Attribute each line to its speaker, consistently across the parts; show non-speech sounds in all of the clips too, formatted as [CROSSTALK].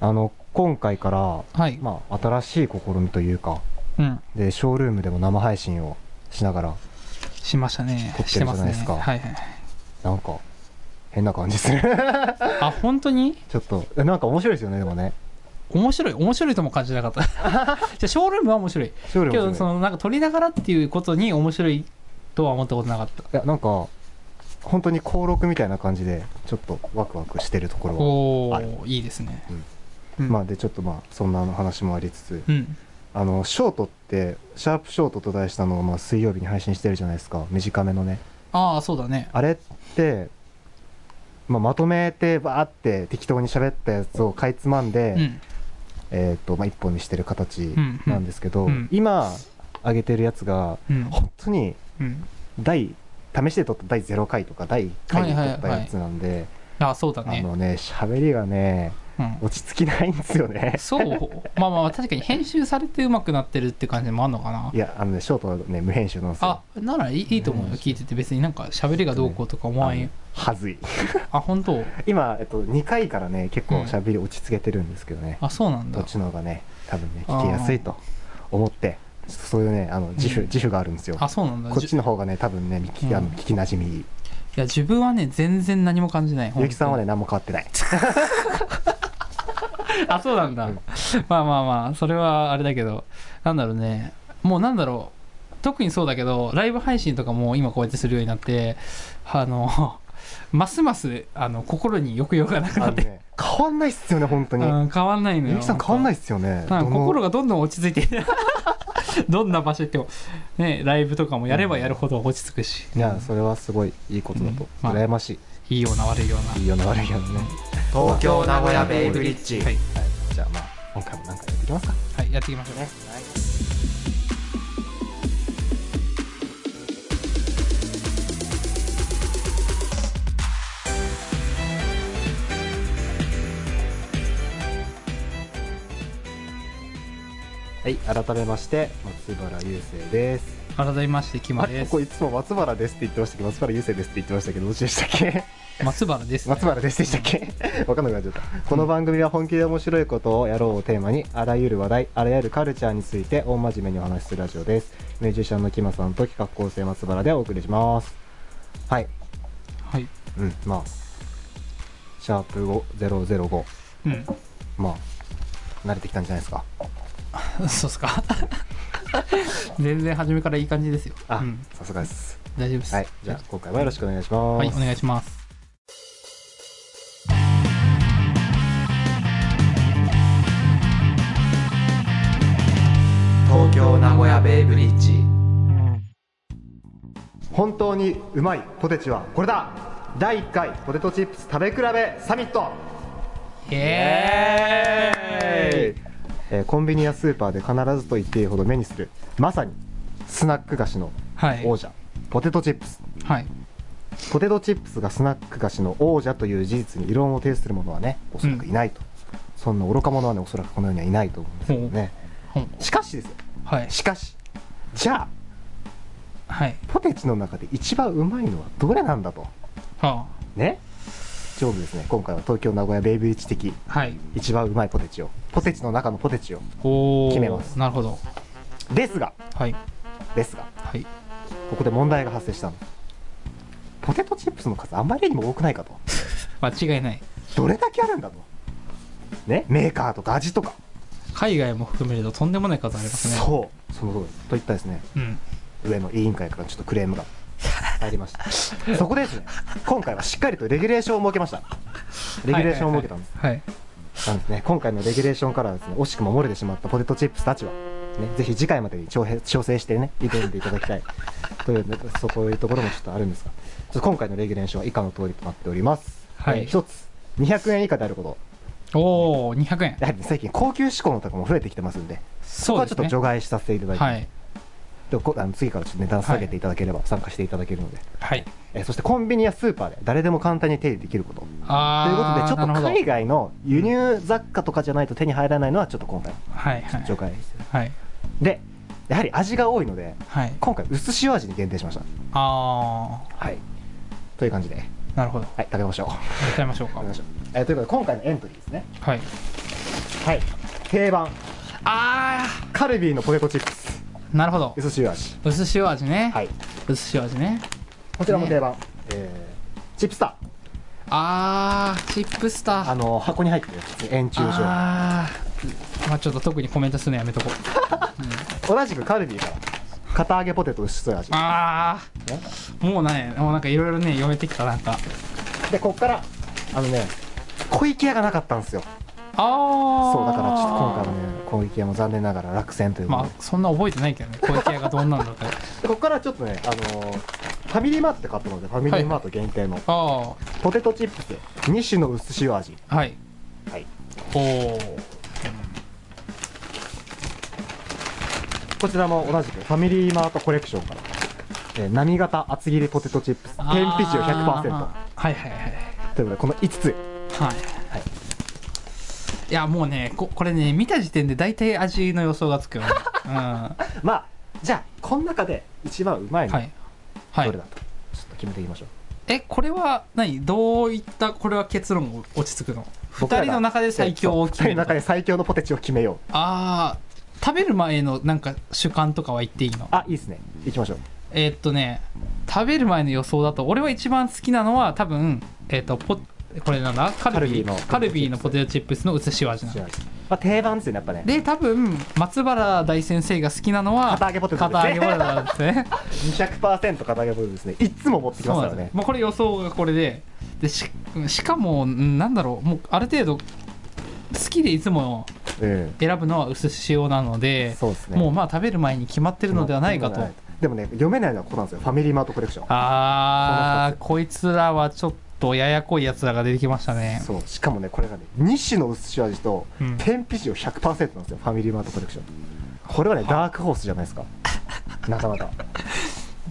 Speaker 1: あの今回から、
Speaker 2: はい。
Speaker 1: まあ、新しい試みというか
Speaker 2: うん。
Speaker 1: でショールームでも生配信をしながら
Speaker 2: しましたね
Speaker 1: 撮。っ
Speaker 2: してて
Speaker 1: るじ
Speaker 2: ま
Speaker 1: ゃ
Speaker 2: す
Speaker 1: ない
Speaker 2: ね。
Speaker 1: ですか
Speaker 2: はいはい。
Speaker 1: [LAUGHS] なんか変な感じする [LAUGHS]
Speaker 2: あ、本当に
Speaker 1: ちょっとえなんか面白いですよねでもね
Speaker 2: 面白い。面白いとも感じなかった。じ [LAUGHS] ゃあ、ショールームは面白い。
Speaker 1: ショールー
Speaker 2: け
Speaker 1: ム
Speaker 2: ど、
Speaker 1: 面
Speaker 2: そ
Speaker 1: 白い
Speaker 2: の、なんか撮りながらっていうことに面白いとは思ったことなかった。
Speaker 1: いやなんか本当に登録みたいな感じでちょっとワクワクしてるところは
Speaker 2: お
Speaker 1: あ
Speaker 2: ー、いいですね。うん
Speaker 1: まあでちょっとまあそんな話もありつつ
Speaker 2: うん。
Speaker 1: あのショートってシャープショートと題したのをまあ水曜日に配信してるじゃないですか短めのね
Speaker 2: ああ、そうだね。
Speaker 1: あれって、まあ、まとめてバーって適当に喋ったやつをかいつまんで、
Speaker 2: うん。
Speaker 1: えーとまあ、一本にしてる形
Speaker 2: うん。
Speaker 1: なんですけど、
Speaker 2: うん
Speaker 1: 今上げてるやつが
Speaker 2: うん。
Speaker 1: 本当に
Speaker 2: うん。
Speaker 1: 第試して撮った第0回とか第1回に撮ったやつなんで、
Speaker 2: ああ、そうだね
Speaker 1: あ。のね喋りがね
Speaker 2: うん。
Speaker 1: 落ち着きないんですよね。
Speaker 2: そう。まあまあ、確かに編集されて上手くなってるって感じもあんのかない
Speaker 1: やあのねショートはね無編集なんですよ
Speaker 2: あ、ならいいいいと思うよ。聞いてて別になんか喋りがどうこうとか思わんよ。
Speaker 1: あのはずい
Speaker 2: あ、本当
Speaker 1: 今、えっと、2回からね結構喋り落ち着けてるんですけどね、
Speaker 2: あ、そうなん
Speaker 1: ど
Speaker 2: だ
Speaker 1: っ。ちの方がね多分ね聞きやすいと思ってちょっとそういうねあの自負、
Speaker 2: うん
Speaker 1: 自負があるんですよ
Speaker 2: あ、そうなんだ。
Speaker 1: こっちの方がね多分ね聞き,、あの
Speaker 2: うん
Speaker 1: 聞きなじみいい
Speaker 2: いや、自分はね、全然何も感じない。
Speaker 1: ゆうきさんは
Speaker 2: ね。
Speaker 1: ね何も変わっ
Speaker 2: [LAUGHS]
Speaker 1: てない
Speaker 2: あ、そうなんだ。
Speaker 1: うん
Speaker 2: まあまあまあ、それはあれだけど、なんだろうね。もうなんだろう。特にそうだけど、ライブ配信とかも今こうやってするようになって、あの、 [LAUGHS] ますます、あの、心に抑揚がなく
Speaker 1: あ
Speaker 2: な
Speaker 1: の
Speaker 2: って、
Speaker 1: ね変わんないっすよね本当に
Speaker 2: うん変わんないのよ。
Speaker 1: ゆうきさん変わんないいっすよね
Speaker 2: なんか心
Speaker 1: が
Speaker 2: がどんどん落ち着いて [LAUGHS] どんな場所行ってもねライブとかもやればやるほど落ち着くし、
Speaker 1: いやそれはすごいいいことだと、
Speaker 2: うんまあ
Speaker 1: 羨まし
Speaker 2: いいような悪いようない
Speaker 1: いいような悪いようなね
Speaker 3: 東京名古屋ベイブリッジ
Speaker 2: はい、
Speaker 1: はいじゃあまあ今回もなんかやっていきますか
Speaker 2: はい、やっていきましょうね
Speaker 1: はい改めまして松原雄生です
Speaker 2: 改めましてキム
Speaker 1: あれ
Speaker 2: で
Speaker 1: こ
Speaker 2: す
Speaker 1: こいつも松原ですって言ってましたけど松原雄生ですって言ってましたけどどっちでしたっけ
Speaker 2: 松原です、
Speaker 1: 松原ですでしたっ [LAUGHS] けわかんなくなっちゃった。この番組は本気で面白いことをやろうをテーマに、あらゆる話題、あらゆるカルチャーについて大真面目にお話しするラジオです。ミュージシャンの木間さんと企画構成松原でお送りします。はい。
Speaker 2: はい、
Speaker 1: うん、まあ、シャープ005。
Speaker 2: うん、
Speaker 1: まあ、慣れてきたんじゃないですか。
Speaker 2: [LAUGHS] そうっすか全然初めからいい感じですよ
Speaker 1: あ、
Speaker 2: うん、
Speaker 1: さすがです。
Speaker 2: 大丈夫です
Speaker 1: はい。じゃあ、今回はよろしくお願いします。
Speaker 2: はいお願いします
Speaker 3: 東京名古屋ベイブリッジ
Speaker 1: 本当にうまいポテチはこれだ第1回ポテトチップス食べ比べサミット
Speaker 2: イエーイ
Speaker 1: えーコンビニやスーパーで必ずと言っていいほど目にするまさにスナック菓子の
Speaker 2: はい
Speaker 1: 王者、ポテトチップス
Speaker 2: はい
Speaker 1: ポテトチップスがスナック菓子の王者という事実に異論を呈する者はねおそらくいないと、そんな愚か者はねおそらくこの世にはいないと思うんですけどね
Speaker 2: ほん
Speaker 1: しかしですよ
Speaker 2: はい
Speaker 1: しかしじゃあ
Speaker 2: はい
Speaker 1: ポテチの中で一番うまいのはどれなんだと
Speaker 2: は
Speaker 1: ね上手ですね今回は東京名古屋ベイビーチ的
Speaker 2: あはい
Speaker 1: 一番うまいポテチをポテチの中のポテチを
Speaker 2: おお
Speaker 1: 決めます
Speaker 2: なるほど
Speaker 1: ですが
Speaker 2: はい
Speaker 1: ですが
Speaker 2: はい
Speaker 1: ここで問題が発生したのポテトチップスの数あまりにも多くないかと
Speaker 2: 間違いない
Speaker 1: どれだけあるんだとねメーカーとか味とか、
Speaker 2: 海外も含めるととんでもない数ありますね
Speaker 1: そうその通りですといったですね
Speaker 2: うん
Speaker 1: 上の委員会からちょっとクレームが入りましたそこでですね今回はしっかりとレギュレーションを設けましたレギュレーションを設けたんです、
Speaker 2: はい
Speaker 1: なんですね今回のレギュレーションからはですね惜しくも漏れてしまったポテトチップスたちはね、ぜひ次回までに調整調整してね、挑んでいただき
Speaker 2: [LAUGHS]
Speaker 1: たいという、ね、そこういうところもちょっとあるんですが、ちょっと今回のレギュレーションは以下の通りとなっております。
Speaker 2: はい
Speaker 1: えー一つ、200円以下であること、
Speaker 2: おお200円
Speaker 1: やはり最近高級志向のとこも増えてきてますんで、そこ
Speaker 2: そう
Speaker 1: は
Speaker 2: で
Speaker 1: ちょっ
Speaker 2: す
Speaker 1: と
Speaker 2: ね
Speaker 1: 除外させていただいて、
Speaker 2: はい
Speaker 1: でもこあの次からちょっと値段下げていただければ、参加していただけるので、
Speaker 2: はい
Speaker 1: えーそしてコンビニやスーパーで誰でも簡単に手入れできること。ということ
Speaker 2: あ
Speaker 1: で、
Speaker 2: あ
Speaker 1: ちょっと海
Speaker 2: 外
Speaker 1: 外の輸入雑貨とかじゃないと手に入らないのは、ちょっと今回、
Speaker 2: はいはい
Speaker 1: 除外して。
Speaker 2: はい
Speaker 1: で、やはり味が多いので、
Speaker 2: はい
Speaker 1: 今回、薄塩味に限定しました。
Speaker 2: あ
Speaker 1: はい。という感じで、はい、
Speaker 2: あなるほどや
Speaker 1: 食べましょう。
Speaker 2: っちゃいましょうか
Speaker 1: 食べましょう。えーということで、今回のエントリーですね。
Speaker 2: はい
Speaker 1: はい定番
Speaker 2: あ
Speaker 1: カルビーのポテトチップス
Speaker 2: ーなるほど
Speaker 1: 薄塩味
Speaker 2: 薄塩味ね、
Speaker 1: はい
Speaker 2: 薄塩味ね
Speaker 1: こちらも定番、えーチップスタ
Speaker 2: あーチップスタ
Speaker 1: ー
Speaker 2: ー
Speaker 1: あの箱に入ってるやつですね円柱状
Speaker 2: あーまあちょっと特にコメントするのやめとこう
Speaker 1: 同じくカルビーから片揚げポテト薄塩味
Speaker 2: あ
Speaker 1: ね
Speaker 2: あもうねもうなんかいろいろね読めてきたなんか
Speaker 1: でこっからあのね小池屋がなかったんですよ
Speaker 2: ああ
Speaker 1: そうだからちょっと今回はね小池屋も残念ながら落選ということ
Speaker 2: ま
Speaker 1: で,、
Speaker 2: あそんな覚えてないけどね小池屋がどんなん
Speaker 1: [LAUGHS]
Speaker 2: だって
Speaker 1: でここからちょっとねあのーファミリーマートで買ったのでファミリーマート限定の、
Speaker 2: あ
Speaker 1: ポテトチップス2種の薄塩味
Speaker 2: あはい
Speaker 1: はい
Speaker 2: おお
Speaker 1: こちらも同じくファミリーマートコレクションから、えー波型厚切りポテトチップス天日塩100%
Speaker 2: はいはいはい
Speaker 1: ということでこの5つ
Speaker 2: はい、
Speaker 1: はい
Speaker 2: いやもうねここれね見た時点で大体味の予想がつくよねうんは
Speaker 1: まあじゃあこの中で一番うまい
Speaker 2: い
Speaker 1: の、
Speaker 2: は
Speaker 1: どれ
Speaker 2: い
Speaker 1: だと、ちょっと決めていきましょう
Speaker 2: えこれは何どういったこれは結論を落ち着くの
Speaker 1: 僕ら
Speaker 2: 二
Speaker 1: が
Speaker 2: 人の中で最強を決
Speaker 1: そう二人
Speaker 2: める
Speaker 1: の
Speaker 2: の
Speaker 1: 中で最強のポテチを決めよう
Speaker 2: ああ食べる前のなんか主観とかは言っていいの
Speaker 1: あいいですねいきましょう
Speaker 2: えーっとね食べる前の予想だと俺は一番好きなのは多分えーっとポこれなんだカル
Speaker 1: カルビ
Speaker 2: ビー
Speaker 1: ーの
Speaker 2: カルビーのポテトチップスの薄塩味な
Speaker 1: 塩
Speaker 2: の
Speaker 1: 味まあ、定番ですよねやっぱね
Speaker 2: で多分松原大先生が好きなのは
Speaker 1: 片揚げポテトですね
Speaker 2: 片揚げポテトなんです
Speaker 1: [LAUGHS]
Speaker 2: ね
Speaker 1: 200%片揚げポテトですねいつも持ってき
Speaker 2: そ
Speaker 1: ま
Speaker 2: う
Speaker 1: す
Speaker 2: な
Speaker 1: から
Speaker 2: んです
Speaker 1: ね
Speaker 2: ね、まあ、これ予想がこれででししかもんなんだろうもうある程度好きでいつも
Speaker 1: うん
Speaker 2: 選ぶのは薄塩なので
Speaker 1: そうですね
Speaker 2: もうまあ食べる前に決まってるのではないかと
Speaker 1: でもね読めないのはここなんですよファミリーマートコレクション
Speaker 2: あーこいつらはちょっとややこいやつらが出てきましたね
Speaker 1: そうしかもねこれがね2種の薄塩味と
Speaker 2: うん
Speaker 1: 天日塩100%なんですよファミリーマートコレクションこれはねダークホースじゃないですかなかなか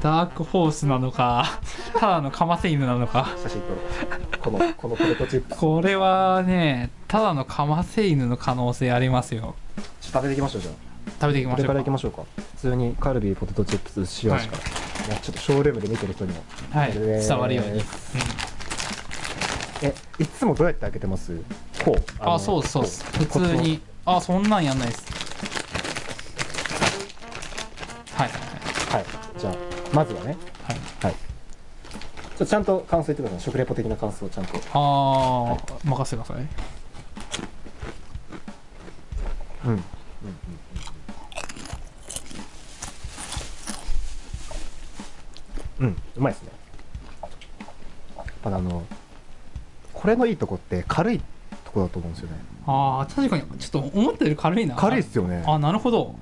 Speaker 2: ダークホースなのか [LAUGHS] ただのかませ犬なのか
Speaker 1: 写真撮ろうこのこのポテトチップスちょ
Speaker 2: これはねただのかませ犬の可能性ありますよ
Speaker 1: っと食べていきましょうじゃ
Speaker 2: 食べていき
Speaker 1: あこ
Speaker 2: ま
Speaker 1: れ
Speaker 2: しょう
Speaker 1: からい
Speaker 2: か
Speaker 1: きましょうか普通にカルビーポテトチップス薄塩味から、いやちょっとショールームで見てる人にも
Speaker 2: はい
Speaker 1: これです
Speaker 2: 伝わるように、うん
Speaker 1: えいつもどうやって開けてますこう
Speaker 2: あ
Speaker 1: の
Speaker 2: そうそう
Speaker 1: こ
Speaker 2: です普通にあそんなんやんないですはい
Speaker 1: はいじゃあまずはね
Speaker 2: はい
Speaker 1: はいちょっとちゃんと感想言ってください食レポ的な感想をちゃんと
Speaker 2: ああー任せてください
Speaker 1: うんうんうんうんうまいですねやっぱあのこれのいいとこって軽いとこだと思うんですよね
Speaker 2: ああ確かにちょっと思ったより軽いな
Speaker 1: 軽いですよね
Speaker 2: あなるほど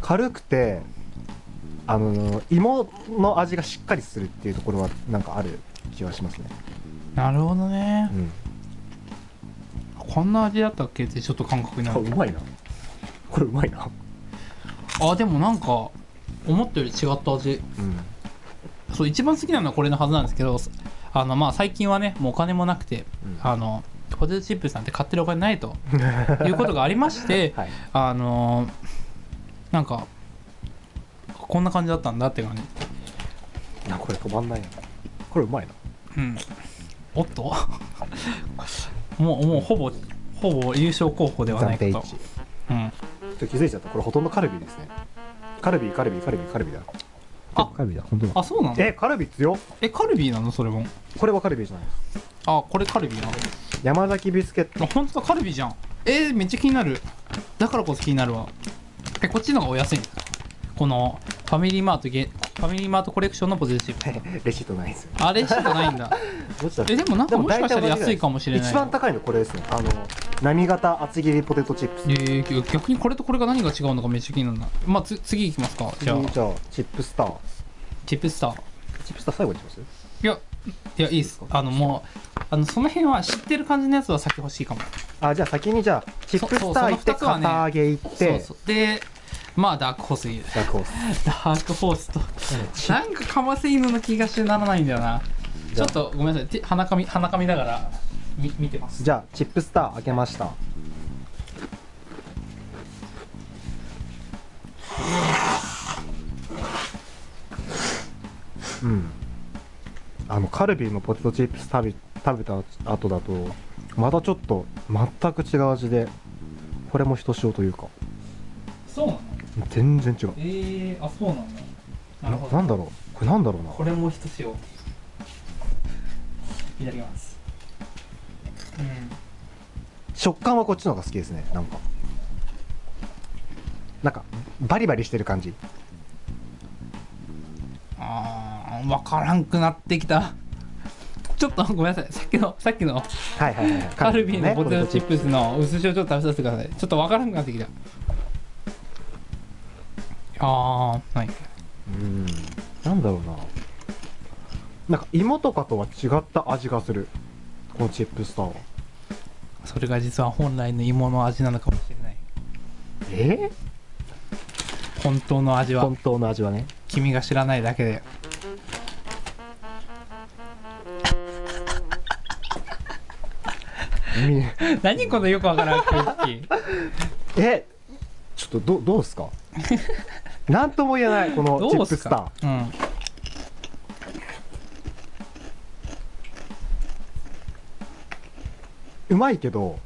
Speaker 1: 軽くてあの芋の味がしっかりするっていうところはなんかある気はしますね
Speaker 2: なるほどね
Speaker 1: う、ん
Speaker 2: こんな味だったっけってちょっと感覚にな
Speaker 1: あう
Speaker 2: る
Speaker 1: まいなこれうまいな
Speaker 2: あでもなんか思ったより違った味
Speaker 1: うん
Speaker 2: そう一番好きなのはこれのはずなんですけどあのまあ最近はねもうお金もなくて、
Speaker 1: うん
Speaker 2: あのポテトチップスなんて買ってるお金な
Speaker 1: [LAUGHS]
Speaker 2: いということがありまして、
Speaker 1: はい
Speaker 2: あのなんかこんな感じだったんだって感じ
Speaker 1: いやこれ止まんないなこれうまいな
Speaker 2: うんおっと [LAUGHS] もうもうほぼほぼ優勝候補ではないか
Speaker 1: 暫定
Speaker 2: と
Speaker 1: 一、
Speaker 2: うん、
Speaker 1: ちょっと気づいちゃった。これほとんどカルビですね。カルビ、カルビ、カルビ、カルビだ。
Speaker 2: あ
Speaker 1: カルビだ、本当だ。
Speaker 2: あそうなの
Speaker 1: え、カルビ強っ
Speaker 2: えカルビーなのそれも
Speaker 1: これはカルビじゃないです。
Speaker 2: あこれカルビーなの
Speaker 1: 山崎ビスケット。 [LAUGHS]
Speaker 2: あ本当だカルビじゃんえー、めっちゃ気になるだからこそ気になるわえこっちの方がお安いんですかこのファミリーマートげファミリーマートコレクションのポテトチップ
Speaker 1: レシートないですよ。
Speaker 2: あれしかないんだ
Speaker 1: どっちだ
Speaker 2: えでもなんかもしかしたら
Speaker 1: で大体同じぐ
Speaker 2: 安いかもしれない
Speaker 1: 一番高いのこれですね。あの、波型厚切りポテトチップス。
Speaker 2: えー、逆にこれとこれが何が違うのかめっちゃ気になるなまあつ次いきますかじゃあ
Speaker 1: じゃあ、チップスター。
Speaker 2: チップスター
Speaker 1: チップスター最後にします
Speaker 2: いやいやいいっすあのもうあのその辺は知ってる感じのやつは先欲しいかも
Speaker 1: あ、じゃあ先にじゃあ、チップスター行って、
Speaker 2: そうそうその二つはね
Speaker 1: 片揚げ行っ
Speaker 2: そう
Speaker 1: て、
Speaker 2: そうでまあダークホースい [LAUGHS] い
Speaker 1: ダークホース
Speaker 2: ダークホースとなんかかませ犬の気がしてならないんだよなちょっとごめんなさい手鼻かみ鼻かみながらみ見てます
Speaker 1: じゃあ、チップスター開けました。うん。あの、カルビーのポテトチップス食べ食べた後だと、またちょっと全く違う味で、これもひとしおというか
Speaker 2: そうなの
Speaker 1: 全然違う
Speaker 2: えー、あそうなんだなる
Speaker 1: な
Speaker 2: ほど
Speaker 1: なんだろうこれなんだろうな
Speaker 2: これも一つよいただきますうん
Speaker 1: 食感はこっちの方が好きですねなんかなんかバリバリしてる感じ
Speaker 2: あー分からんくなってきたちょっとごめんなさいさっきのさっきの
Speaker 1: はいはいはい
Speaker 2: カルビーのポテトチッ
Speaker 1: プ
Speaker 2: プスの薄塩ちょっと食べさせてくださいちょっと分からんくなってきたあーはい
Speaker 1: うんなんだろうななんか芋とかとは違った味がするこのチップスターは
Speaker 2: それが実は本来の芋の味なのかもしれない
Speaker 1: え
Speaker 2: 本当の味は
Speaker 1: 本当の味はね
Speaker 2: 君が知らないだけ [LAUGHS] で
Speaker 1: み
Speaker 2: 何このよくわからん空 [LAUGHS] 気
Speaker 1: えちょっとどどう [LAUGHS] すかなんとも言えないこのチ
Speaker 2: ど
Speaker 1: ッ
Speaker 2: う
Speaker 1: プ
Speaker 2: す
Speaker 1: スタ
Speaker 2: かうん
Speaker 1: ーうまいけど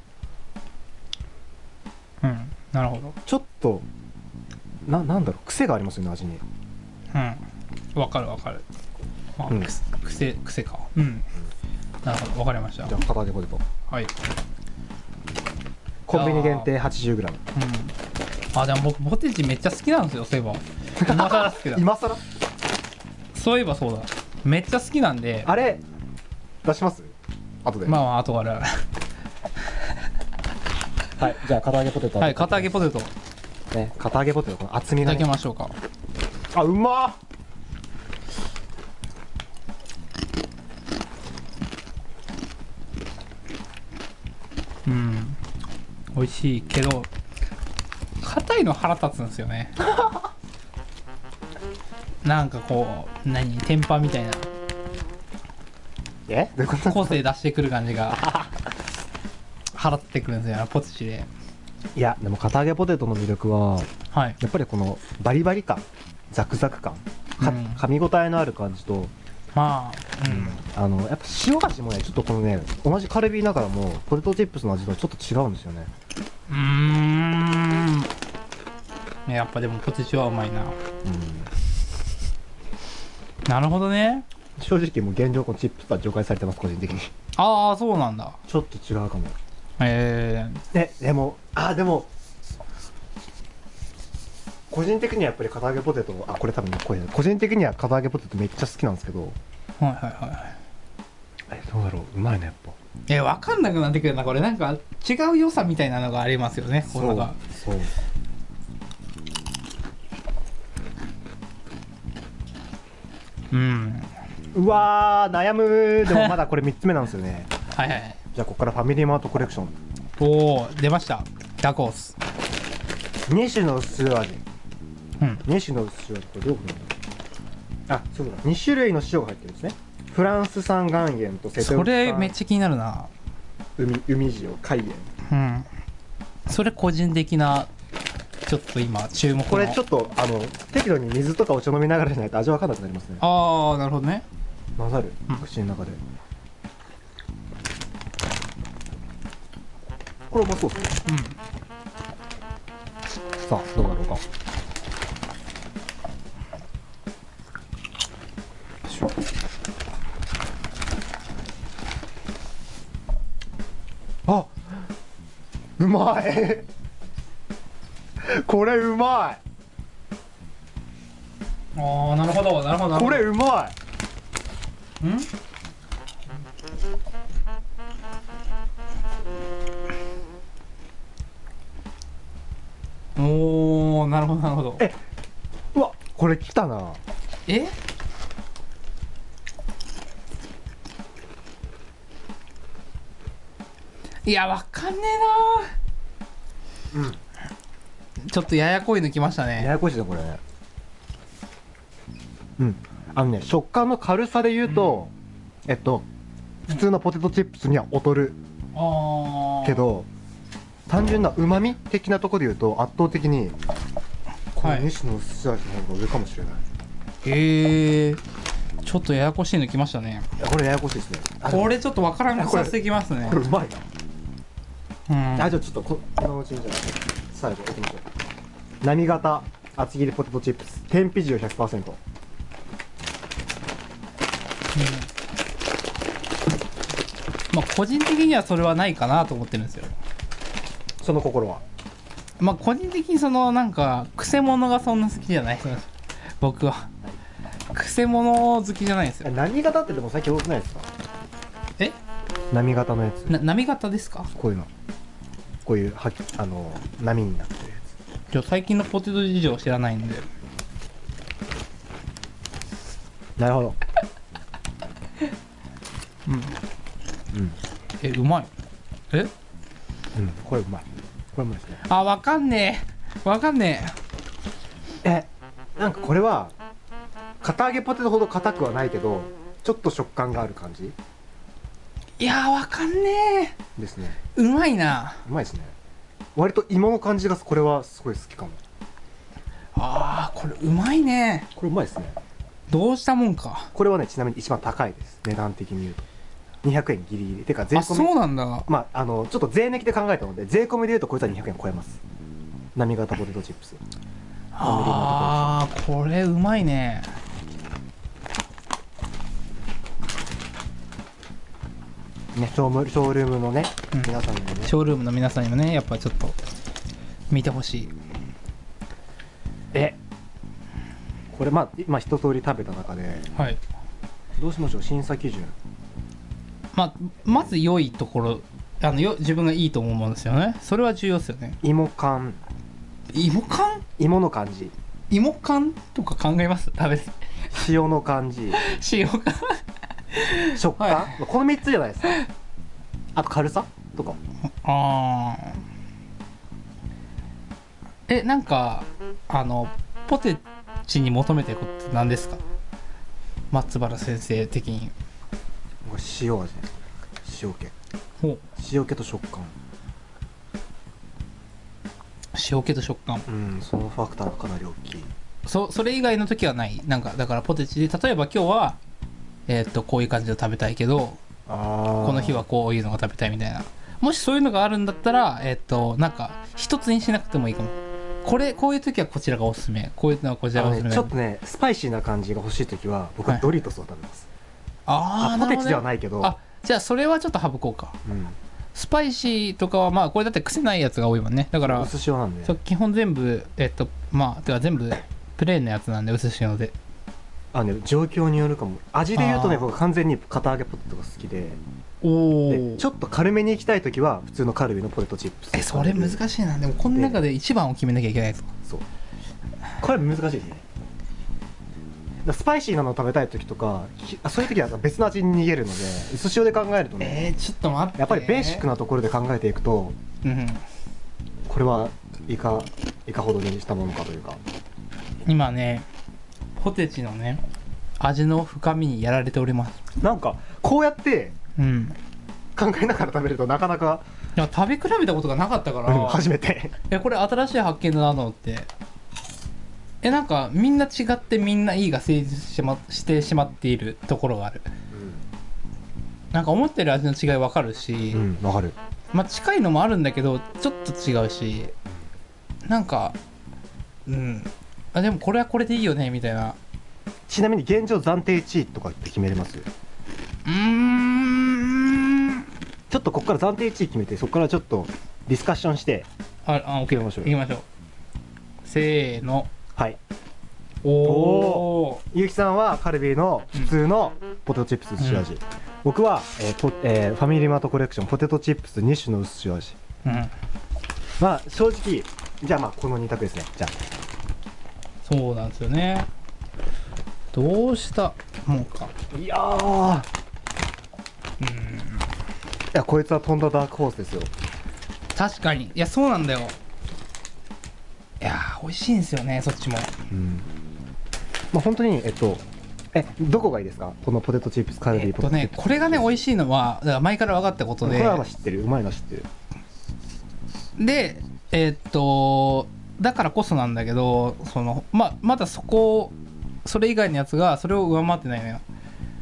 Speaker 2: うんなるほど
Speaker 1: ちょっとななんだろう癖がありますよね味に
Speaker 2: うんわかるわかるまあ、
Speaker 1: うん
Speaker 2: くす癖癖かうんなるほどわかりました
Speaker 1: じゃあ片手ポテト
Speaker 2: はい、うん、
Speaker 1: コンビニ限定 80g
Speaker 2: あでも僕ポテチめっちゃ好きなんですよそういえば今更好きだ
Speaker 1: [LAUGHS] 今更
Speaker 2: そういえばそうだめっちゃ好きなんで
Speaker 1: あれ出します後で、
Speaker 2: まあまああとから
Speaker 1: はいじゃあ片揚げポテト
Speaker 2: はい片揚げポテトい
Speaker 1: トね片揚げポテトこの厚み
Speaker 2: た
Speaker 1: が、
Speaker 2: だき
Speaker 1: ね、
Speaker 2: ましょうか
Speaker 1: あうまっ
Speaker 2: うん美味しいけど硬いの腹立つんです
Speaker 1: [LAUGHS]
Speaker 2: よねなんかこう何天パみたいな
Speaker 1: えどういうこと
Speaker 2: 個性出してくる感じが払ってくるんですよねポテチで
Speaker 1: いやでも片揚げポテトの魅力は
Speaker 2: はい
Speaker 1: やっぱりこのバリバリ感ザクザク感か
Speaker 2: うん
Speaker 1: 噛み応えのある感じと、
Speaker 2: まあ
Speaker 1: あのやっぱ塩味もねちょっとこのね同じカルビーながらもポテトチップスの味とはちょっと違うんですよね
Speaker 2: うんうーんやっぱでもポテチはうまいな
Speaker 1: うん
Speaker 2: なるほどね
Speaker 1: 正直もう現状このチップスは除外されてます個人的に
Speaker 2: ああそうなんだ
Speaker 1: ちょっと違うかも
Speaker 2: え
Speaker 1: ねでもあでも個人的にはやっぱり片揚げポテトあこれ多分声個人的には片揚げポテトめっちゃ好きなんですけど
Speaker 2: ー、はいはいはいはい
Speaker 1: えどうだろううまいねやっぱ
Speaker 2: え分かんなくなってくるなこれなんか違う良さみたいなのがありますよねこうなんか
Speaker 1: そう
Speaker 2: うん
Speaker 1: うわー悩むでもまだこれ3つ目なんですよね [LAUGHS]
Speaker 2: はいはい
Speaker 1: じゃあここからファミリーマートコレクション
Speaker 2: おお出ましたダークホース
Speaker 1: 2種の薄塩味
Speaker 2: うん
Speaker 1: 2種の薄塩味これどういうことなんだあそうだ2種類の塩が入ってるんですねフランス産岩塩と瀬戸
Speaker 2: そ
Speaker 1: 内
Speaker 2: れめっ
Speaker 1: 産
Speaker 2: ちゃ気になるな
Speaker 1: 海海塩海塩
Speaker 2: うんそれ個人的なちょっと今注目の
Speaker 1: これちょっとあの適度に水とかお茶飲みながらじゃないと味わかんなくなりますね
Speaker 2: ああなるほどね
Speaker 1: 混ざる
Speaker 2: うん
Speaker 1: 口の中で、これうまそうっすね
Speaker 2: うん
Speaker 1: さあどうだろうかあうまいこれうま
Speaker 2: ああなるほどなるほどないるほど
Speaker 1: これうまい
Speaker 2: うんおーなるほどなるほど
Speaker 1: えうわこれ来たな
Speaker 2: えいやわかんねえなうんちょっとややこいのきました
Speaker 1: や
Speaker 2: ね
Speaker 1: やこしいなこれねうんあのね食感の軽さで言うと、えっと普通のポテトチップスには劣る
Speaker 2: ああ
Speaker 1: けど単純なうまみ的なところで言うと圧倒的にこの
Speaker 2: はい
Speaker 1: 西野寿司味の方が上かもしれない、
Speaker 2: へえちょっとややこしいのきましたね
Speaker 1: いやこれややこしいですねあでも
Speaker 2: これちょっとわからんくさせてきますね
Speaker 1: これうまいな
Speaker 2: うん
Speaker 1: あ、じゃあちょっとこ、このうちにじゃあ、最後行きましょう。波型厚切りポテトチップス、天日塩100%。
Speaker 2: まあ、個人的にはそれはないかなと思ってるんですよ
Speaker 1: その心は。
Speaker 2: まあ個人的にそのなんかくせ者がそんな好きじゃない僕はくせ者好きじゃないんですよ
Speaker 1: 波型ってでも最近多くないですか
Speaker 2: え
Speaker 1: 波型のやつ。
Speaker 2: な波型ですか
Speaker 1: こういうの。こういう、はき、あの、波になってるやつ。
Speaker 2: ちょ最近のポテト事情知らないんで
Speaker 1: なるほど。
Speaker 2: うん
Speaker 1: うん。
Speaker 2: えうまいえ
Speaker 1: うん。これうまい。これうまいですね。
Speaker 2: あわかんねえわかんね
Speaker 1: えなんかこれは堅揚げポテトほど硬くはないけどちょっと食感がある感じ
Speaker 2: えいやわかんねえ
Speaker 1: ですね
Speaker 2: うまいな
Speaker 1: うまいですね割と芋の感じがこれはすごい好きかも
Speaker 2: あーこれうまいね
Speaker 1: これうまいですね
Speaker 2: どうしたもんか
Speaker 1: これはねちなみに一番高いです値段的に言うと200円ギリギリてか税
Speaker 2: あ
Speaker 1: 込
Speaker 2: そうなんだ
Speaker 1: まああのちょっと税抜きで考えたので税込みで言うとこいつは200円超えます波型ポテトチップス
Speaker 2: あーこれうまいね
Speaker 1: ねショームショールームのね、
Speaker 2: うん
Speaker 1: 皆さんにもね
Speaker 2: ショールームの皆さんにもねやっぱちょっと見てほしい
Speaker 1: えこれまあ今一通り食べた中で
Speaker 2: はい
Speaker 1: どうしましょう審査基準
Speaker 2: まあまず良いところあのよ自分がいいと思うものですよねそれは重要ですよね
Speaker 1: 芋感
Speaker 2: 芋缶
Speaker 1: 芋の感じ
Speaker 2: 芋缶とか考えます食べ
Speaker 1: 塩の感 [LAUGHS] じ
Speaker 2: 塩缶
Speaker 1: 食感、
Speaker 2: は
Speaker 1: この3つじゃないですかあと軽さとか
Speaker 2: ああえなんかあのポテチに求めてることって何ですか松原先生的に
Speaker 1: これ塩味塩気
Speaker 2: お
Speaker 1: 塩気と食感
Speaker 2: 塩気と食感
Speaker 1: うんそのファクターがかなり大きい
Speaker 2: そそれ以外の時はないなんかだからポテチで例えば今日はえーっとこういう感じを食べたいけど
Speaker 1: あ
Speaker 2: この日はこういうのが食べたいみたいなもしそういうのがあるんだったらえーっとなんか一つにしなくてもいいかもこれこういう時はこちらがおすすめこういうのはこち
Speaker 1: あ
Speaker 2: らがお
Speaker 1: の
Speaker 2: すすめ
Speaker 1: ねちょっとねスパイシーな感じが欲しい時は僕は
Speaker 2: はい
Speaker 1: ドリトスを食べます、
Speaker 2: あー
Speaker 1: あポテチではいないけど
Speaker 2: あじゃあそれはちょっと省こうか
Speaker 1: うん、
Speaker 2: スパイシーとかはまあこれだって癖ないやつが多いもんねだから
Speaker 1: お寿司用なんで
Speaker 2: そう基本全部えっとまあてか全部プレーンのやつなんで薄塩で
Speaker 1: あのね状況によるかも味で言うとね
Speaker 2: あー
Speaker 1: 僕完全に堅揚げポテトが好きで
Speaker 2: お
Speaker 1: でちょっと軽めに行きたい時は普通のカルビのポテトチップス
Speaker 2: えそれ難しいなでもこの中で一番を決めなきゃいけないぞ
Speaker 1: そうこれ難しいですねだからスパイシーなのを食べたい時とかきあそういう時は別の味に逃げるので薄塩で考えるとね、
Speaker 2: えー、ちょっと待って
Speaker 1: やっぱりベーシックなところで考えていくと
Speaker 2: うん
Speaker 1: これはいかいかほどにしたものかというか
Speaker 2: 今ねポテチのね味の深みにやられております
Speaker 1: なんかこうやって
Speaker 2: うん
Speaker 1: 考えながら食べるとなかなか
Speaker 2: でも食べ比べたことがなかったから
Speaker 1: 初めて
Speaker 2: えこれ新しい発見だなと思ってえなんかみんな違ってみんないいが成立してましてしまっているところがあるなんか思ってる味の違いわかるし、
Speaker 1: うんわかる
Speaker 2: まあ近いのもあるんだけどちょっと違うしなんかうんあでもこれはこれでいいよねみたいな
Speaker 1: ちなみに現状暫定1位とかって決めれます
Speaker 2: うーん
Speaker 1: ちょっとここから暫定1位決めてそこからちょっとディスカッションして
Speaker 2: ああ OK
Speaker 1: 行きましょう
Speaker 2: 行きましょうせーの
Speaker 1: はい
Speaker 2: おお
Speaker 1: ゆうきさんはカルビーの普通のポテトチップス薄塩味、僕は、えーポえーファミリーマートコレクションポテトチップス2種の薄塩味
Speaker 2: うん
Speaker 1: まあ正直じゃあまあこの2択ですねじゃ
Speaker 2: そうなんですよねどうしたもうか
Speaker 1: あいやーいやこいつは飛んだダークホースですよ
Speaker 2: 確かにいやそうなんだよいやー美味しいんですよねそっちも
Speaker 1: うんまあ本当にえっとえどこがいいですかこのポテトチップスカルビー
Speaker 2: えっ
Speaker 1: ポテ
Speaker 2: と
Speaker 1: トチッ
Speaker 2: ね
Speaker 1: プス、
Speaker 2: これがね美味しいのはだから前から分かったこと
Speaker 1: こ
Speaker 2: で
Speaker 1: れはまあ知ってるうまいのは知ってる
Speaker 2: でえっとだからこそなんだけどそのままだそこをそれ以外のやつがそれを上回ってないのよ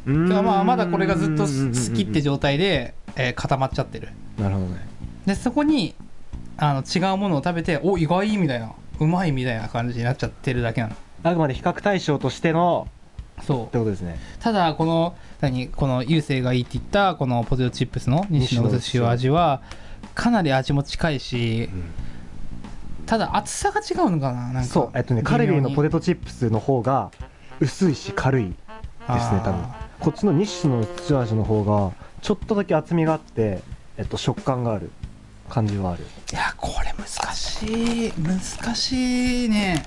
Speaker 1: うーん
Speaker 2: だからまあまだこれがずっと
Speaker 1: うんうんうんうん
Speaker 2: 好きって状態で、えー固まっちゃってる
Speaker 1: なるほどね
Speaker 2: でそこにあの違うものを食べてお意外みたいなうまいみたいな感じになっちゃってるだけなの
Speaker 1: あくまで比較対象としての
Speaker 2: そ
Speaker 1: って
Speaker 2: う
Speaker 1: ことですね
Speaker 2: ただこの何この優勢がいいって言ったこのポテトチップスの西野
Speaker 1: 西野
Speaker 2: 寿司の味はかなり味も近いし、ただ厚さが違うのかななんか
Speaker 1: そうえっとねカルビーのポテトチップスの方が薄いし軽い
Speaker 2: ト
Speaker 1: ですね多分こっちの西野の土味の方がちょっとだけ厚みがあって、えっと、食感がある感じはある
Speaker 2: いやこれ難しい難しいね、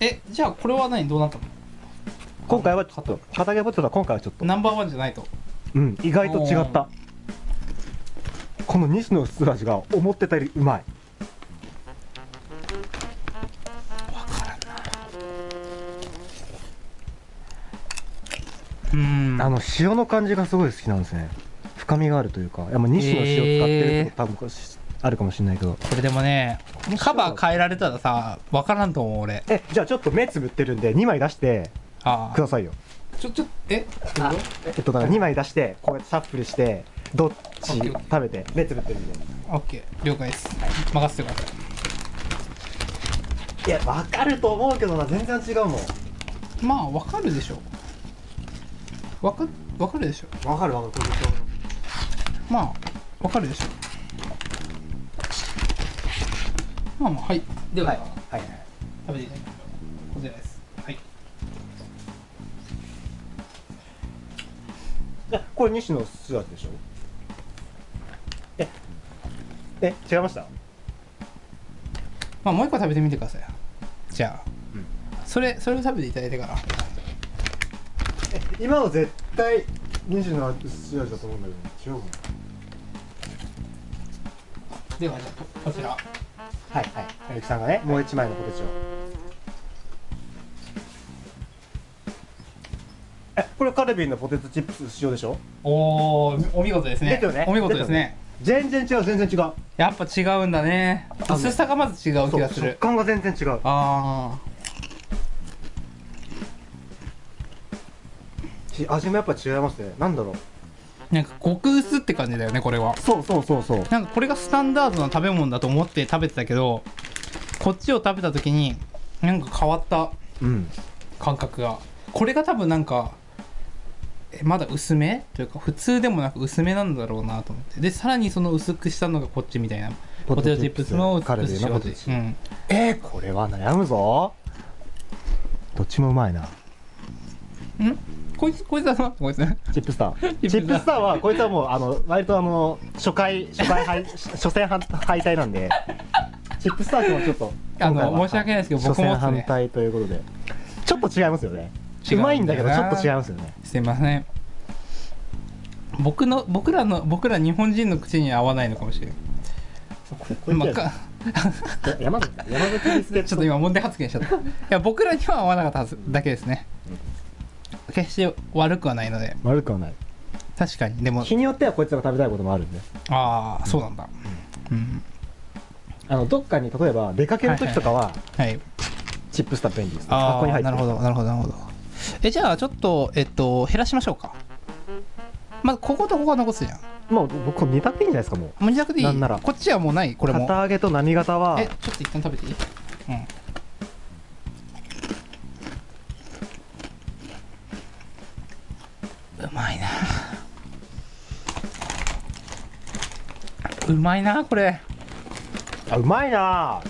Speaker 2: えじゃあこれは何どうなったの
Speaker 1: 今回はちょっと片揚げポテトは今回はちょっと
Speaker 2: ナンバーワンじゃないと
Speaker 1: うん意外と違ったこの西野の土味が思ってたよりうまい
Speaker 2: 分からんなうん
Speaker 1: あの塩の感じがすごい好きなんですね深みがあるというかいやまあ西野の塩使ってる
Speaker 2: え
Speaker 1: と多分これあるかもしれないけど
Speaker 2: これでもねカバー変えられたらさ分からんと思う俺
Speaker 1: えじゃあちょっと目つぶってるんで2枚出して
Speaker 2: あ
Speaker 1: く
Speaker 2: あ
Speaker 1: ださいよ
Speaker 2: ちょちょえ
Speaker 1: えっとだから2枚出してこうやってシャッフルしてどっち食べて目つぶってるんで
Speaker 2: オッケー了解です任せてください
Speaker 1: いや分かると思うけどな全然違うもん
Speaker 2: まあ分かるでしょ分か分かるでしょ
Speaker 1: 分かる分かる
Speaker 2: まあ分かるでしょまあまあはいでは、
Speaker 1: はいはい
Speaker 2: 食べていただきましょうこちらですはい
Speaker 1: えこれ西野素味でしょええ違いました
Speaker 2: まあもう一個食べてみてくださいじゃあ、
Speaker 1: うん
Speaker 2: それそれを食べていただいてから
Speaker 1: え今の絶対西野素味だと思うんだけど違うもん
Speaker 2: ではじゃあこちら
Speaker 1: はいはいゆきさんがねもう一枚のポテチをえこれカルビーのポテトチップス塩でしょ
Speaker 2: おおお見事ですね
Speaker 1: ですよね
Speaker 2: お見事ですね
Speaker 1: 全然違う全然違う
Speaker 2: やっぱ違うんだね
Speaker 1: の
Speaker 2: 薄さがまず違う気
Speaker 1: そう
Speaker 2: がす
Speaker 1: 食
Speaker 2: る
Speaker 1: 感が全然違う
Speaker 2: あ
Speaker 1: し味もやっぱ違いますねなんだろう
Speaker 2: あなんか極薄って感じだよねこれは
Speaker 1: そうそうそうそう
Speaker 2: なんかこれがスタンダードな食べ物だと思って食べてたけどこっちを食べた時になんか変わった
Speaker 1: うん
Speaker 2: 感覚がこれが多分なんかえまだ薄めというか普通でもなく薄めなんだろうなと思ってでさらにその薄くしたのがこっちみたいなポテトチップスの
Speaker 1: カル
Speaker 2: 薄
Speaker 1: ビ
Speaker 2: く
Speaker 1: ー
Speaker 2: しよ
Speaker 1: のポ
Speaker 2: う
Speaker 1: テ
Speaker 2: ぜ
Speaker 1: チ
Speaker 2: うん
Speaker 1: えー、これは悩むぞどっちもうまいな
Speaker 2: こいつこいつだなこいつ
Speaker 1: チップスターチ
Speaker 2: チ
Speaker 1: ッ
Speaker 2: ッ
Speaker 1: プ
Speaker 2: プ
Speaker 1: ス
Speaker 2: ス
Speaker 1: ターはこいつはもうあの割とあの初回初回敗初戦敗敗退なんでチップスター君もちょっと
Speaker 2: あの
Speaker 1: 今回は
Speaker 2: 申し訳ないですけど僕も
Speaker 1: 初戦
Speaker 2: ですね
Speaker 1: 反対ということでちょっと違いますよね
Speaker 2: 違
Speaker 1: う
Speaker 2: うんだよな
Speaker 1: まいんだけどちょっと違いますよね
Speaker 2: すいません僕の僕らの僕ら日本人の口には合わないのかもしれないまあか
Speaker 1: 山口山口ビスケット
Speaker 2: ちょっと今問題発言しちゃったいや僕らには合わなかったはずだけですね決して悪くはないので
Speaker 1: 悪くはない
Speaker 2: 確かにでも
Speaker 1: 日によってはこいつが食べたいこともあるんで
Speaker 2: ああそうなんだうん
Speaker 1: あのどっかに例えば出かける時とかは
Speaker 2: はい
Speaker 1: チップスター便利ですね
Speaker 2: あ
Speaker 1: 箱に
Speaker 2: あ
Speaker 1: 入って
Speaker 2: なるほどなるほどなるほどえじゃあちょっとえっと減らしましょうかまずこことここは残すじゃん
Speaker 1: もう僕これ2択でいいんじゃないですかもう
Speaker 2: もう自宅でいい
Speaker 1: なんなら
Speaker 2: こっちはもうないこれも
Speaker 1: 片揚げと波型は
Speaker 2: えちょっと一旦食べていいうんうまいなうまいなこれ
Speaker 1: あうまいなあ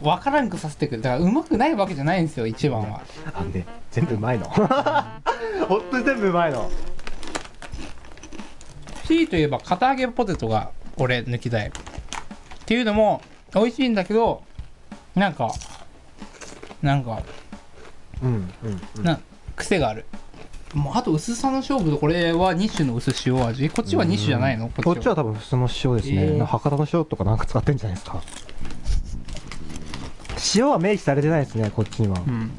Speaker 2: 分からんくさせてくるだからうまくないわけじゃないんですよ一番は
Speaker 1: あのね全部うまいの [LAUGHS] 本当に全部うまいの
Speaker 2: 強いといえば片揚げポテトが俺抜きたいっていうのも美味しいんだけどなんかなんか
Speaker 1: うんうんうん
Speaker 2: な癖があるもうあと薄さの勝負でこれは2種の薄塩味こっちは2種じゃないの
Speaker 1: こっちは多分普通の塩ですね、
Speaker 2: えー
Speaker 1: なんか博多の塩とかなんか使ってんじゃないですか塩は明記されてないですねこっちには
Speaker 2: う、ん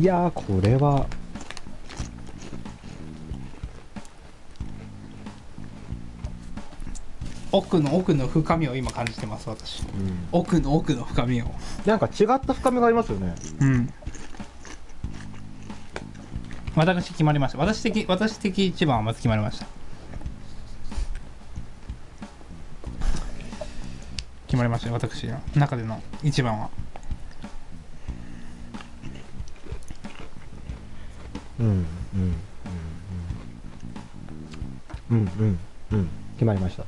Speaker 1: いやーこれは
Speaker 2: 奥の奥の深みを今感じてます私奥の奥の深みを
Speaker 1: なんか違った深みがありますよね
Speaker 2: うん私決まりました私的私的一番はまず決まりました決まりましたよ私の中での一番は
Speaker 1: うんうんうんうんうんうんうん決まりました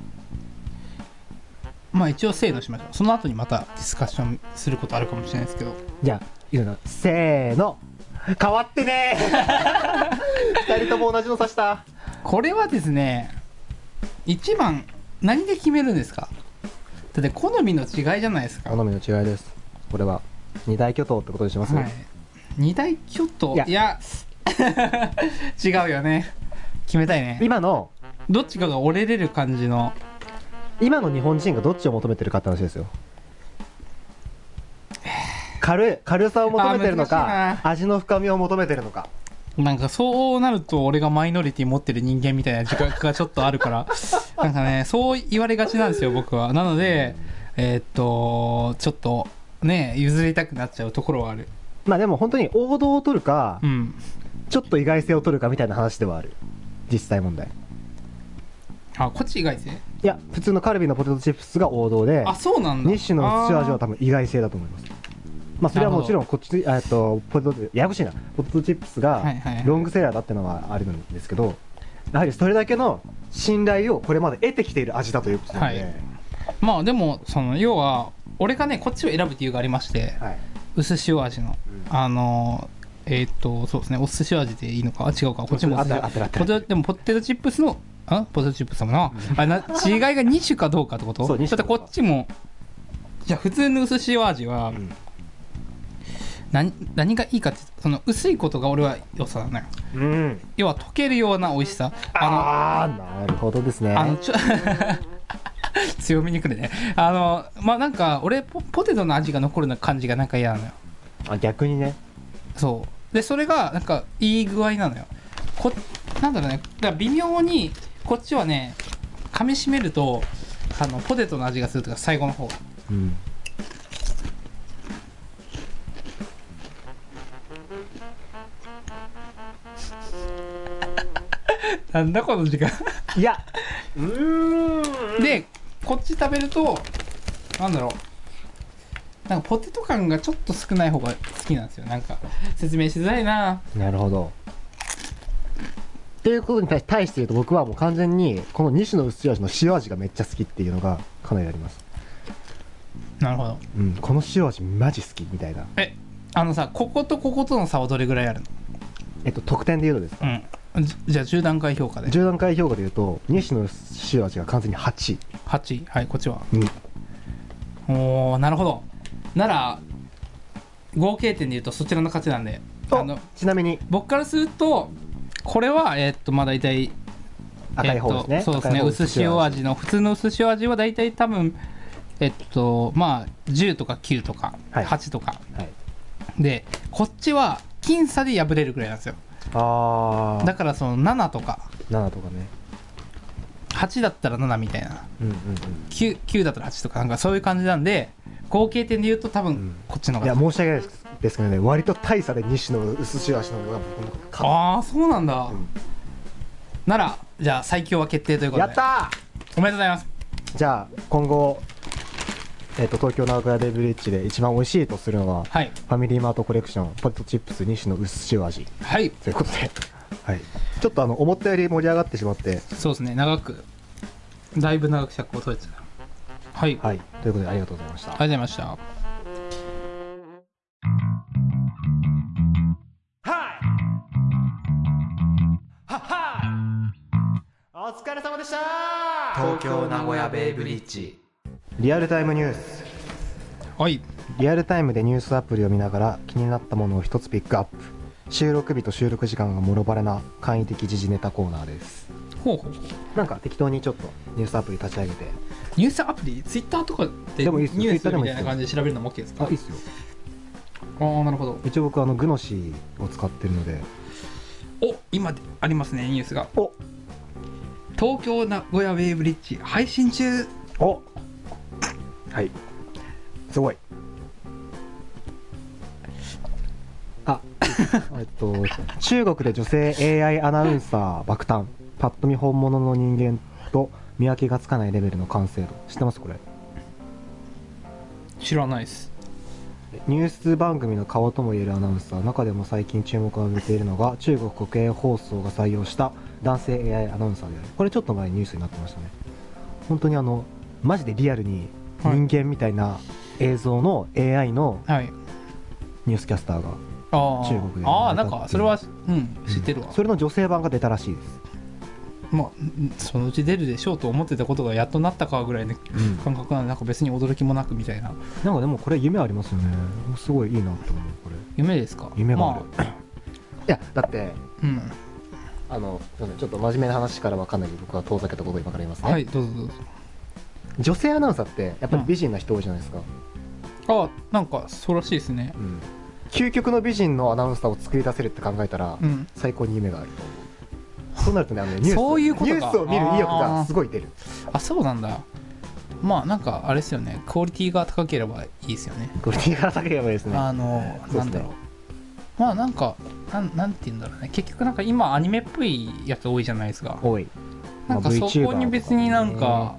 Speaker 2: まあ一応制度しましょうその後にまたディスカッションすることあるかもしれないですけど
Speaker 1: じゃあ言うのせーの変わってねー [LAUGHS] 二人とも同じの刺した
Speaker 2: これはですね一番何で決めるんですかだって好みの違いじゃないですか、
Speaker 1: 好みの違いですこれは二大巨頭ってことにします、
Speaker 2: はい、二大巨頭
Speaker 1: い
Speaker 2: い
Speaker 1: や
Speaker 2: や [LAUGHS] 違うよね決めたいね
Speaker 1: 今の
Speaker 2: どっちかが折れれる感じの
Speaker 1: 今の日本人がどっちを求めてるかって話ですよ軽い軽さを求めてるの
Speaker 2: あー難
Speaker 1: か
Speaker 2: しい
Speaker 1: 味の深みを求めてるのか
Speaker 2: なんかそうなると俺がマイノリティ持ってる人間みたいな自覚がちょっとある [LAUGHS] からなんかねそう言われがちなんですよ僕はなのでえーっとちょっとね譲りたくなっちゃうところはある
Speaker 1: まあでも本当に王道を取るか
Speaker 2: うん
Speaker 1: ちょっと意外性を取るかみたいな話ではある実際問題
Speaker 2: あこっち意外ですね
Speaker 1: いや普通のカルビのポテトチップスが王道で
Speaker 2: あそうなんだ
Speaker 1: 日清の寿司味は
Speaker 2: あー
Speaker 1: 多分意外性だと思いますまあそれはもちろんこっちえっとポテトややこしいなポテトチップスが
Speaker 2: はいはいはい
Speaker 1: ロングセラーだってのはあるんですけどやはりそれだけの信頼をこれまで得てきている味だということなので、
Speaker 2: はいまあでもその要は俺がねこっちを選ぶ理由がありまして
Speaker 1: はい
Speaker 2: 薄塩味の
Speaker 1: うん
Speaker 2: あのえーっとそうですねお寿司味でいいのかあ違うかこっちもお
Speaker 1: あ
Speaker 2: 寿司
Speaker 1: あってるあってる
Speaker 2: ポテトでもポテトチップスのあポテトチップスだもんなあな違いが2種かどうかってこと
Speaker 1: そう2種
Speaker 2: だってこっちもじゃあ普通の薄塩味は
Speaker 1: うん
Speaker 2: 何何がいいかってその薄いことが俺は良さなのよ
Speaker 1: うん、
Speaker 2: 要は溶けるような美味しさあの
Speaker 1: あーなるほどですね
Speaker 2: あのちょ [LAUGHS] 強みにくるねあのまあなんか俺ポポテトの味が残るな感じがなんか嫌なのよ
Speaker 1: あ逆にね
Speaker 2: そうでそれがなんかいい具合なのよこなんだろうねだから微妙にこっちはね噛みしめるとあのポテトの味がするとか最後の方
Speaker 1: うん
Speaker 2: なんだこの時間
Speaker 1: いやうーん
Speaker 2: でこっち食べるとなんだろうなんかポテト感がちょっと少ない方が好きなんですよなんか説明しづらいな
Speaker 1: なるほどっていうことに対対して言うと僕はもう完全にこの2種の薄塩味の塩味がめっちゃ好きっていうのがかなりあります、
Speaker 2: なるほど
Speaker 1: うん、この塩味マジ好きみたいな
Speaker 2: えあのさこことこことの差はどれぐらいあるの
Speaker 1: えっと得点で言うとですか
Speaker 2: うんじじゃあ10段階評価で
Speaker 1: 10段階評価で言うと2種の塩味が完全に8位
Speaker 2: 8位はいこっちは
Speaker 1: うん
Speaker 2: おーなるほどなら合計点で言うとそちらの勝ちなんであの
Speaker 1: とちなみに
Speaker 2: 僕からするとこれはえーっとまあ大体
Speaker 1: 赤い方ですね、
Speaker 2: えーっとそうですね
Speaker 1: 赤い方
Speaker 2: 薄塩味の普通の薄塩味は大体多分えっとまあ10とか9とか
Speaker 1: はい
Speaker 2: 8とか、
Speaker 1: はい
Speaker 2: でこっちは僅差で破れるぐらいなんですよ
Speaker 1: あ
Speaker 2: だ
Speaker 1: あ
Speaker 2: からその7とか
Speaker 1: 7とかね
Speaker 2: 8だったら7みたいな
Speaker 1: うんうん
Speaker 2: 9, 9だったら8とかなんかそういう感じなんで合計点で言うと多
Speaker 1: うん
Speaker 2: 分こっちの
Speaker 1: うん
Speaker 2: 方
Speaker 1: い
Speaker 2: が、
Speaker 1: や申し訳ないですですけどね割と大差で2種の薄塩味の方が僕の中で勝っ
Speaker 2: ああそうなんだ、
Speaker 1: ん
Speaker 2: ならじゃあ最強は決定というこ
Speaker 1: やっ
Speaker 2: とで
Speaker 1: た
Speaker 2: おめでとうございます
Speaker 1: ーじゃあ今後えっと東京名古屋ベイブリッジで一番美味しいとするのは
Speaker 2: はい
Speaker 1: ファミリーマートコレクションポテトチップス2種の薄塩味
Speaker 2: はい
Speaker 1: ということで、はい、ちょっとあの思ったより盛り上がってしまって
Speaker 2: そうですね長くだいぶ長く尺を取れてたはい、ありが
Speaker 1: はいということでありがとうございました
Speaker 2: とうございました
Speaker 1: お疲れ様でした
Speaker 3: 東京名古屋ベイブリッジ
Speaker 1: リアルタイムニュース
Speaker 2: はい
Speaker 1: リアルタイムでニュースアプリを見ながら気になったものを一つピックアップ収録日と収録時間がもろバレな簡易的時事ネタコーナーです
Speaker 2: ほうほうほう
Speaker 1: なんか適当にちょっとニュースアプリ立ち上げて
Speaker 2: ニュースアプリツイッターとかで
Speaker 1: でもいいっすよ
Speaker 2: ニュー
Speaker 1: Twitter
Speaker 2: ス
Speaker 1: でも
Speaker 2: み
Speaker 1: いいったす
Speaker 2: い
Speaker 1: よ
Speaker 2: な感じで調べるのも OK ですか
Speaker 1: いっすよ
Speaker 2: ああなるほど
Speaker 1: 一応僕あのグノシーを使ってるので
Speaker 2: お今でありますねニュースが
Speaker 1: お
Speaker 2: 東京名古屋ウェイブリッジ配信中
Speaker 1: おはいすごいあ [LAUGHS] えっと、中国で女性 AI アナウンサー爆誕パッと見本物の人間と見分けがつかないレベルの完成度知ってますこれ
Speaker 2: 知らないです
Speaker 1: ニュース番組の顔ともいえるアナウンサー中でも最近注目を浴びているのが中国国営放送が採用した男性 AI アナウンサーであるこれちょっと前にニュースになってましたね本当にあのマジでリアルに人間みたいな映像の AI の
Speaker 2: はい
Speaker 1: ニュースキャスターが
Speaker 2: ああ
Speaker 1: 中国で
Speaker 2: ああなんかそれはうん知ってるわ、
Speaker 1: それの女性版が出たらしいです、
Speaker 2: まあうんそのうち出るでしょうと思ってたことがやっとなったかぐらいの感覚なんでなんか別に驚きもなくみたいな
Speaker 1: なんかでもこれ夢ありますよねすごいいいなと思うこれ
Speaker 2: 夢ですか
Speaker 1: 夢がある、
Speaker 2: ま
Speaker 1: いやだって
Speaker 2: うん
Speaker 1: あのすいませんちょっと真面目な話からはかなり僕は遠ざけたことを今から言いますね、
Speaker 2: はいどうぞどうぞ
Speaker 1: 女性アナウンサーってやっぱり美人な人多いじゃないですか、
Speaker 2: ああなんかそうらしいですね
Speaker 1: うん究極の美人のアナウンサーを作り出せるって考えたら、
Speaker 2: うん
Speaker 1: 最高に夢があると思うそうなるとねあのねニュース
Speaker 2: そういうことか
Speaker 1: ニュースを見る意欲がすごい出る
Speaker 2: あそうなんだまあなんかあれですよねクオリティが高ければいいですよね
Speaker 1: クオリティが高ければいいですね
Speaker 2: あの
Speaker 1: そうっすね
Speaker 2: なんだろうまあなんかなんなんて言うんだろうね結局なんか今アニメっぽいやつ多いじゃないですか
Speaker 1: 多い
Speaker 2: なんかそこに別になんか
Speaker 1: ま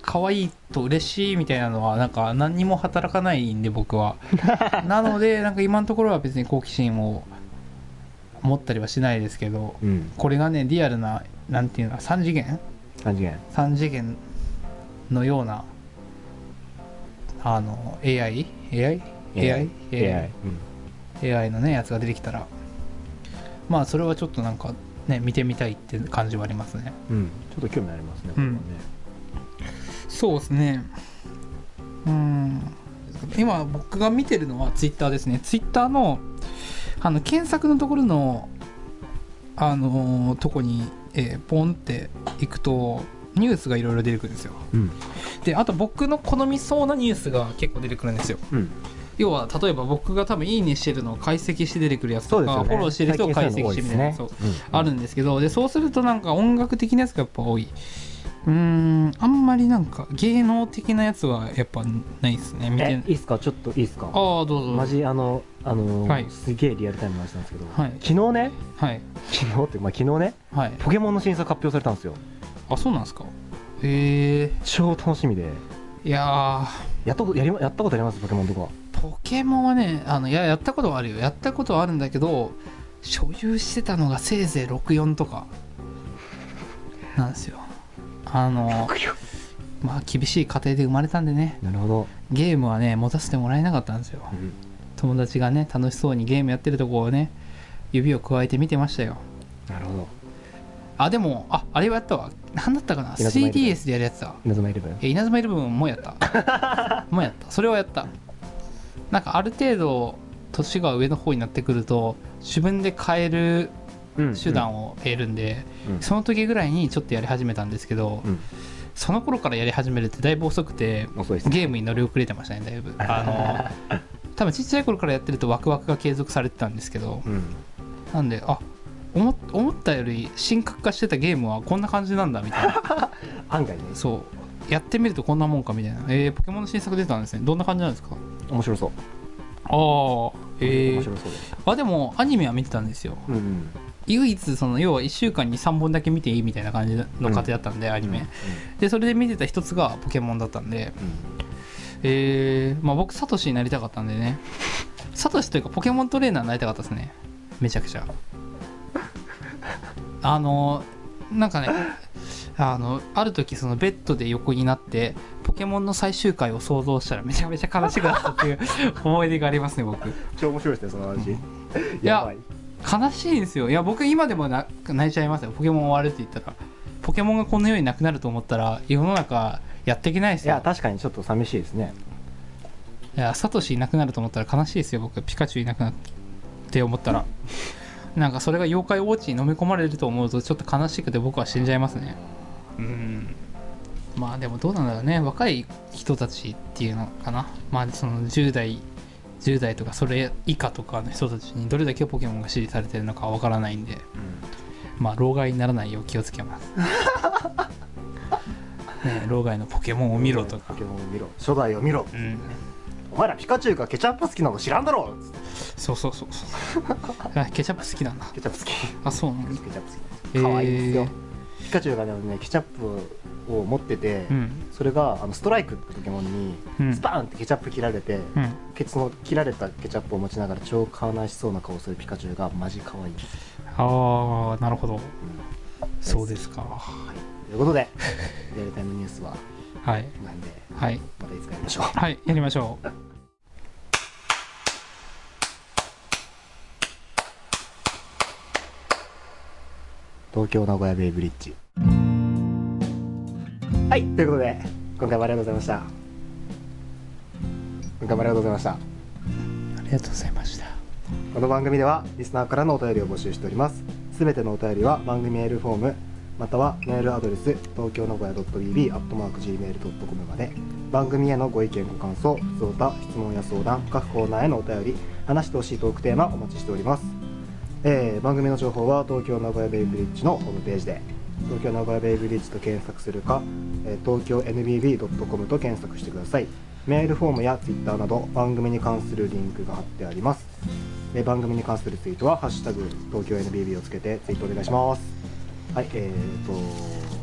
Speaker 2: 可愛いと嬉しいみたいなのはなんか何にも働かないんで僕はなのでなんか今のところは別に好奇心を持ったりはしないですけど
Speaker 1: あうん
Speaker 2: これがねリアルななんていうの3次元
Speaker 1: 感じが
Speaker 2: 3次元のようなあの AI?AI? AI? AI? AI? AI のねやつが出てきたらまあそれはちょっとなんかね見てみたいって感じはありますね
Speaker 1: うん、ちょっと興味ありますね、これはね
Speaker 2: そうですねうん今僕が見てるのはツイッターですねツイッターのあの検索のところのあのーとこに、えーポンっていくとニュースがいろいろ出てくるんですよ
Speaker 1: うん
Speaker 2: であと僕の好みそうなニュースが結構出てくるんですよ
Speaker 1: うん、
Speaker 2: 要は例えば僕が多分いいねしてるのを解析して出てくるやつとか、フォローしてる人を解析してみたいな、そうあるんですけどでそうするとなんか音楽的なやつがやっぱ多いうーんあんまりなんか芸能的なやつはやっぱないですね見て
Speaker 1: えいいっすかちょっといいっすか
Speaker 2: ああどうぞ
Speaker 1: マジあのあのー
Speaker 2: はい
Speaker 1: すげえリアルタイムの話なんですけど、
Speaker 2: はい
Speaker 1: 昨日ね
Speaker 2: はい
Speaker 1: 昨日ってまあ昨日ね
Speaker 2: はい
Speaker 1: ポケモンの新作発表されたんですよ
Speaker 2: あそうなんですかへえ
Speaker 1: 超楽しみで
Speaker 2: いや
Speaker 1: やったことやりまやったことありますポケモンとか
Speaker 2: ーポケモンはねあのいややったことはあるよやったことはあるんだけど所有してたのがせいぜい64とかなんですよあのまあ厳しい家庭で生まれたんでね
Speaker 1: なるほど、
Speaker 2: ゲームはね持たせてもらえなかったんですよ友達がね楽しそうにゲームやってるとこをね指をくわえて見てましたよ
Speaker 1: なるほど
Speaker 2: あでもああれはやったわ何だったかな
Speaker 1: 稲妻イレブン
Speaker 2: 3DS でやるやつだ
Speaker 1: 稲妻イレブン
Speaker 2: え稲妻イレブンもやった [LAUGHS] もうやったそれはやったなんかある程度年が上の方になってくると自分で変える手段を得るんで、
Speaker 1: うん
Speaker 2: その時ぐらいにちょっとやり始めたんですけど、
Speaker 1: うん
Speaker 2: その頃からやり始めるってだいぶ遅くて
Speaker 1: 遅いですね
Speaker 2: ゲームに乗り遅れてましたねだいぶあ [LAUGHS] の多分ちっちゃい頃からやってるとワクワクが継続されてたんですけど
Speaker 1: うん
Speaker 2: なんであ思思ったより深刻化してたゲームはこんな感じなんだみたい [LAUGHS] な
Speaker 1: 案外ね
Speaker 2: そうやってみるとこんなもんかみたいなえー、ポケモンの新作出たんですねどんな感じなんですか
Speaker 1: 面白そう
Speaker 2: ああえ
Speaker 1: 面
Speaker 2: ー
Speaker 1: 白そうです
Speaker 2: あでもアニメは見てたんですよ
Speaker 1: うんうん
Speaker 2: 唯一その要は1週間に3本だけ見ていいみたいな感じの家庭だったんで、アニメでそれで見てた一つがポケモンだったんでえー、まあ僕サトシになりたかったんでねサトシというかポケモントレーナーになりたかったですねめちゃくちゃ [LAUGHS] あのなんかねあのある時そのベッドで横になってポケモンの最終回を想像したらめちゃめちゃ悲しくなったっていう [LAUGHS] 思い出がありますね僕
Speaker 1: 超面白いですねその話
Speaker 2: うんばい悲しいんですよいや僕今でもな泣いちゃいますよポケモン終わるって言ったらポケモンがこの世になくなると思ったら世の中やっていけないです
Speaker 1: い
Speaker 2: よ
Speaker 1: や確かにちょっと寂しいですね
Speaker 2: いやサトシいなくなると思ったら悲しいですよ僕ピカチュウいなくなって思 [LAUGHS] ったらなんかそれが妖怪ウォッチに飲み込まれると思うとちょっと悲しくて僕は死んじゃいますねうんまあでもどうなんだろうね若い人たちっていうのかなまあその10代10代とかそれ以下とかの人たちにどれだけポケモンが支持されてるのかわからないんでまあ老害にならないよう気をつけます [LAUGHS] ねえ老害のポケモンを見ろとか
Speaker 1: ポケモンを見ろ初代を見ろ
Speaker 2: うん
Speaker 1: お前らピカチュウがケチャップ好きなの知らんだろつって
Speaker 2: そうそうそうそう [LAUGHS] あケチャップ好きなんだ
Speaker 1: ケチャップ好き
Speaker 2: あそうなん
Speaker 1: ケ
Speaker 2: だ
Speaker 1: チャップ好き
Speaker 2: へー
Speaker 1: 可愛いんですよ、ピカチュウがでもねケチャップを持ってて、
Speaker 2: うん
Speaker 1: それがあのストライクってポケモン
Speaker 2: う
Speaker 1: に
Speaker 2: ん
Speaker 1: スパーンってケチャップ切られて、
Speaker 2: うん
Speaker 1: ケツの切られたケチャップを持ちながら超悲しそうな顔をするピカチュウがマジ可愛いです、
Speaker 2: ああなるほど
Speaker 1: うん
Speaker 2: そうですか
Speaker 1: という
Speaker 2: [LAUGHS]
Speaker 1: ことでリアルタイムニュースは
Speaker 2: はい
Speaker 1: なんで
Speaker 2: はい
Speaker 1: またいつかやりましょう
Speaker 2: はいやりましょう
Speaker 1: 東京名古屋ベイブリッジはいということで今回もありがとうございました今回もありがとうございました
Speaker 2: ありがとうございました
Speaker 1: この番組ではリスナーからのお便りを募集しておりますすべてのお便りは番組メールフォームまたはメールアドレス東京名古屋 .bb.gmail.com まで番組へのご意見ご感想その他質問や相談各コーナーへのお便り話してほしいトークテーマお待ちしております、えー番組の情報は東京名古屋ベイブリッジのホームページで東京名古屋ベイブリッジと検索するか、えー東京 NBB.com と検索してくださいメールフォームや Twitter など番組に関するリンクが貼ってありますえー番組に関するツイートは「ハッシュタグ東京 NBB」をつけてツイートお願いしますはいえー、と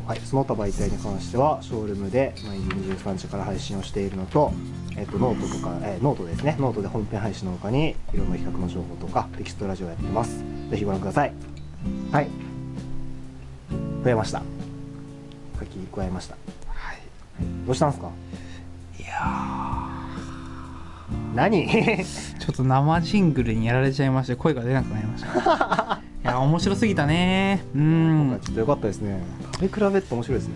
Speaker 1: はいその他媒体に関してはショールームで毎日23時から配信をしているのと,、えー、とノートとか、えーノートですねノートで本編配信の他にいろんな企画の情報とかテキストラジオやってますぜひご覧くださいはい増えました書き加えました
Speaker 2: はい
Speaker 1: どうしたんですか
Speaker 2: いや
Speaker 1: 何
Speaker 2: ーちょっと生ジングルにやられちゃいまして声が出なくなりました [LAUGHS] いや面白すぎたねう
Speaker 1: 今回
Speaker 2: ん
Speaker 1: ちょっと良かったですね食べ比べって面白いですね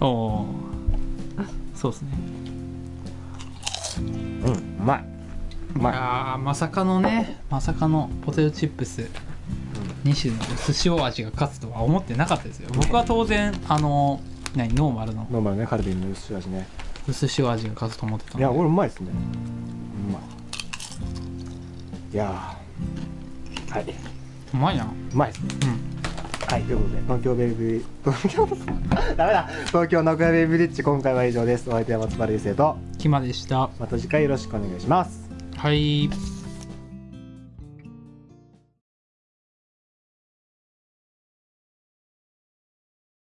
Speaker 2: おおそうですね
Speaker 1: うんうまいうまい
Speaker 2: あーまさかのねまさかのポテトチップス2種の寿司お味が勝つとは思ってなかったですよ僕は当然あの何ノーマルの
Speaker 1: ノーマルねカルビンの薄味ね
Speaker 2: 寿司お味が勝つと思ってた
Speaker 1: いや
Speaker 2: ので
Speaker 1: 俺うまいですねうまいいやーはいう
Speaker 2: まいな
Speaker 1: うまいですね
Speaker 2: うん
Speaker 1: はいということで東京ベイビー東京ダメだ東京名古屋ベイブリッジ今回は以上ですお相手は松原優生と
Speaker 2: キマでした
Speaker 1: また次回よろしくお願いします
Speaker 2: はい